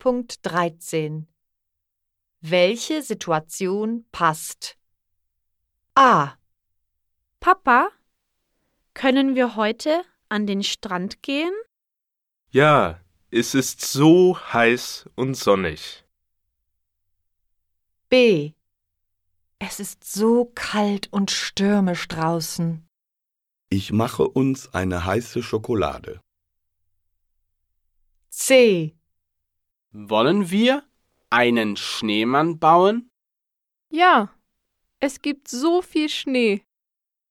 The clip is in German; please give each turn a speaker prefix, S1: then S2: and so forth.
S1: 4.13 Welche Situation passt? A.
S2: Papa, können wir heute an den Strand gehen?
S3: Ja, es ist so heiß und sonnig.
S1: B. Es ist so kalt und stürmisch draußen.
S4: Ich mache uns eine heiße Schokolade.
S1: C.
S5: Wollen wir einen Schneemann bauen?
S6: Ja, es gibt so viel Schnee.